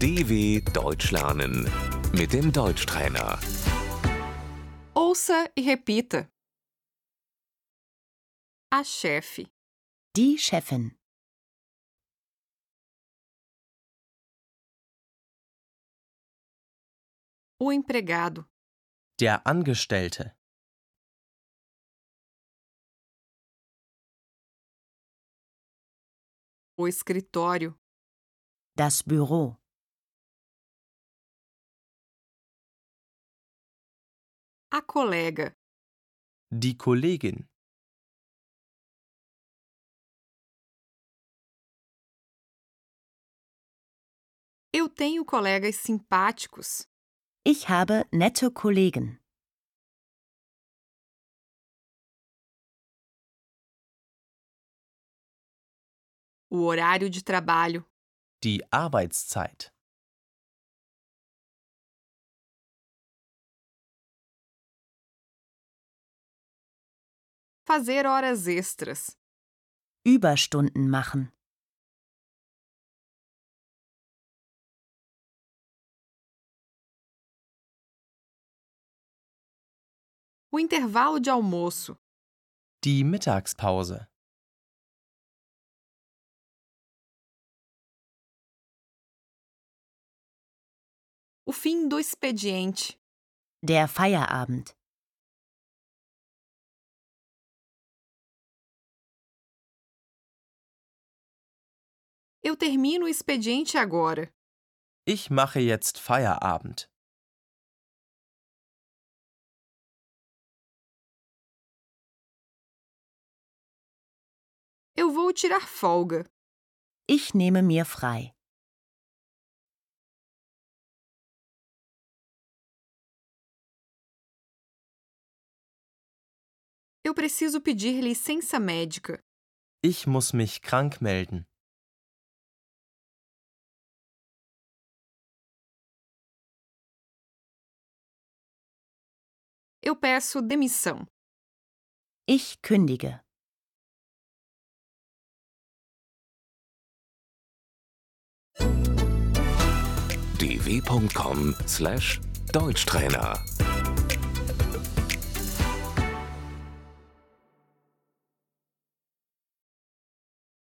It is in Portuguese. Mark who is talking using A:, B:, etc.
A: DW Deutsch lernen mit dem Deutschtrainer.
B: Ouça e repita. A chefe,
C: Die Chefin.
B: o empregado,
D: Der Angestellte.
B: o escritório,
C: Das Büro.
B: a colega,
D: Die Kollegin.
B: eu tenho colegas simpáticos,
C: Ich habe nette Kollegen.
B: o horário de trabalho,
D: Die Arbeitszeit.
B: fazer horas extras,
C: Überstunden machen.
B: o intervalo de almoço,
D: Die Mittagspause.
B: o fim do expediente,
C: Der Feierabend.
B: eu termino o expediente agora.
D: Ich mache jetzt Feierabend.
B: Eu vou tirar folga.
C: Ich nehme mir frei.
B: Eu preciso pedir licença médica.
D: Ich muss mich krank melden.
B: Eu peço demissão.
C: Ich kündige.
A: dw.com/deutschtrainer